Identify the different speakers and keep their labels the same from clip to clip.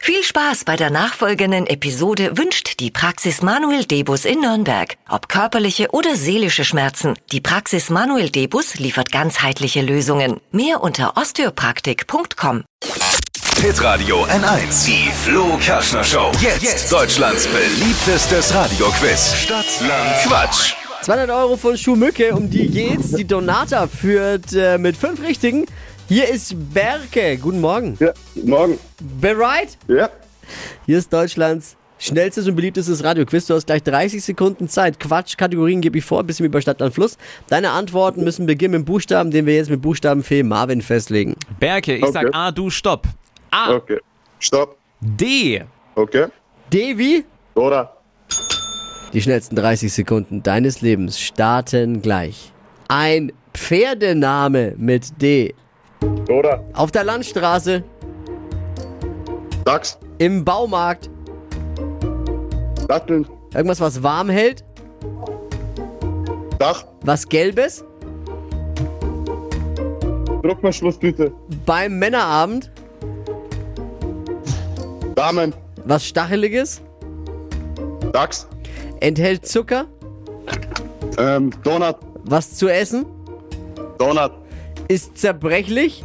Speaker 1: Viel Spaß bei der nachfolgenden Episode wünscht die Praxis Manuel Debus in Nürnberg. Ob körperliche oder seelische Schmerzen, die Praxis Manuel Debus liefert ganzheitliche Lösungen. Mehr unter osteopraktik.com.
Speaker 2: Pit Radio N1, die Flo Kaschner Show. Jetzt, Deutschlands beliebtestes Radioquiz. Stadt, Land, Quatsch.
Speaker 3: 200 Euro von Schuhmücke, um die geht's. Die Donata führt äh, mit fünf Richtigen. Hier ist Berke. Guten Morgen.
Speaker 4: Ja, morgen.
Speaker 3: Bereit?
Speaker 4: Ja.
Speaker 3: Hier ist Deutschlands schnellstes und beliebtestes Radioquiz. Du hast gleich 30 Sekunden Zeit. Quatsch, Kategorien gebe ich vor, ein bisschen über Stadt, Land, Fluss. Deine Antworten müssen beginnen mit Buchstaben, den wir jetzt mit Buchstabenfee Marvin festlegen.
Speaker 5: Berke, ich sag
Speaker 4: Okay.
Speaker 5: A, du stopp. A,
Speaker 4: Okay. Stopp.
Speaker 5: D.
Speaker 4: Okay.
Speaker 3: Devi,
Speaker 4: Oder.
Speaker 3: die schnellsten 30 Sekunden deines Lebens starten gleich. Ein Pferdename mit D.
Speaker 4: Oder.
Speaker 3: Auf der Landstraße,
Speaker 4: Dachs.
Speaker 3: im Baumarkt,
Speaker 4: Datteln.
Speaker 3: irgendwas, was warm hält.
Speaker 4: Dach.
Speaker 3: Was Gelbes
Speaker 4: Druckverschlusstüte.
Speaker 3: beim Männerabend,
Speaker 4: Damen.
Speaker 3: was Stacheliges,
Speaker 4: Dachs.
Speaker 3: enthält Zucker,
Speaker 4: Ähm, Donut.
Speaker 3: was zu essen,
Speaker 4: Donut.
Speaker 3: ist zerbrechlich.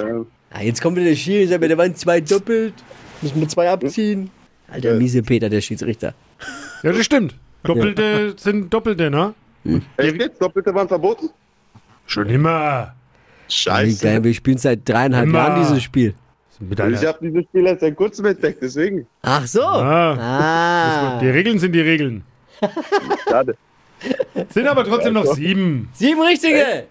Speaker 4: Ähm,
Speaker 3: Ah, jetzt kommt wieder der Schiri, bitte waren zwei doppelt. Müssen wir zwei abziehen. Alter, miese Peter, der Schiedsrichter.
Speaker 6: Ja, das stimmt. Doppelte sind Doppelte, ne?
Speaker 4: echt jetzt? Doppelte waren verboten?
Speaker 6: Schon immer.
Speaker 3: Wie geil, wir spielen seit dreieinhalb
Speaker 6: Immer.
Speaker 3: Jahren dieses Spiel.
Speaker 6: Mit
Speaker 4: Ich
Speaker 6: einer,
Speaker 4: habe dieses Spiel erst seit kurzem entdeckt, deswegen.
Speaker 3: Ach so. Ah.
Speaker 6: die Regeln sind die Regeln.
Speaker 4: Schade.
Speaker 6: Sind aber trotzdem noch sieben.
Speaker 3: Sieben richtige.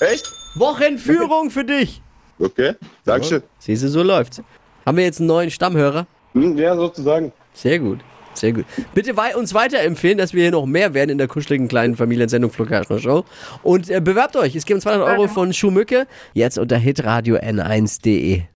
Speaker 4: Echt?
Speaker 3: Wochenführung für dich.
Speaker 4: Okay. Dankeschön.
Speaker 3: Siehst du, so läuft's. Haben wir jetzt einen neuen Stammhörer?
Speaker 4: Hm, ja, sozusagen.
Speaker 3: Sehr gut. Sehr gut. Bitte wei uns weiterempfehlen, dass wir hier noch mehr werden in der kuscheligen kleinen Familiensendung Flo Kerschner Show. Und äh, bewerbt euch. Es gibt 200 Euro von Schuhmücke. Jetzt unter hitradio n1.de.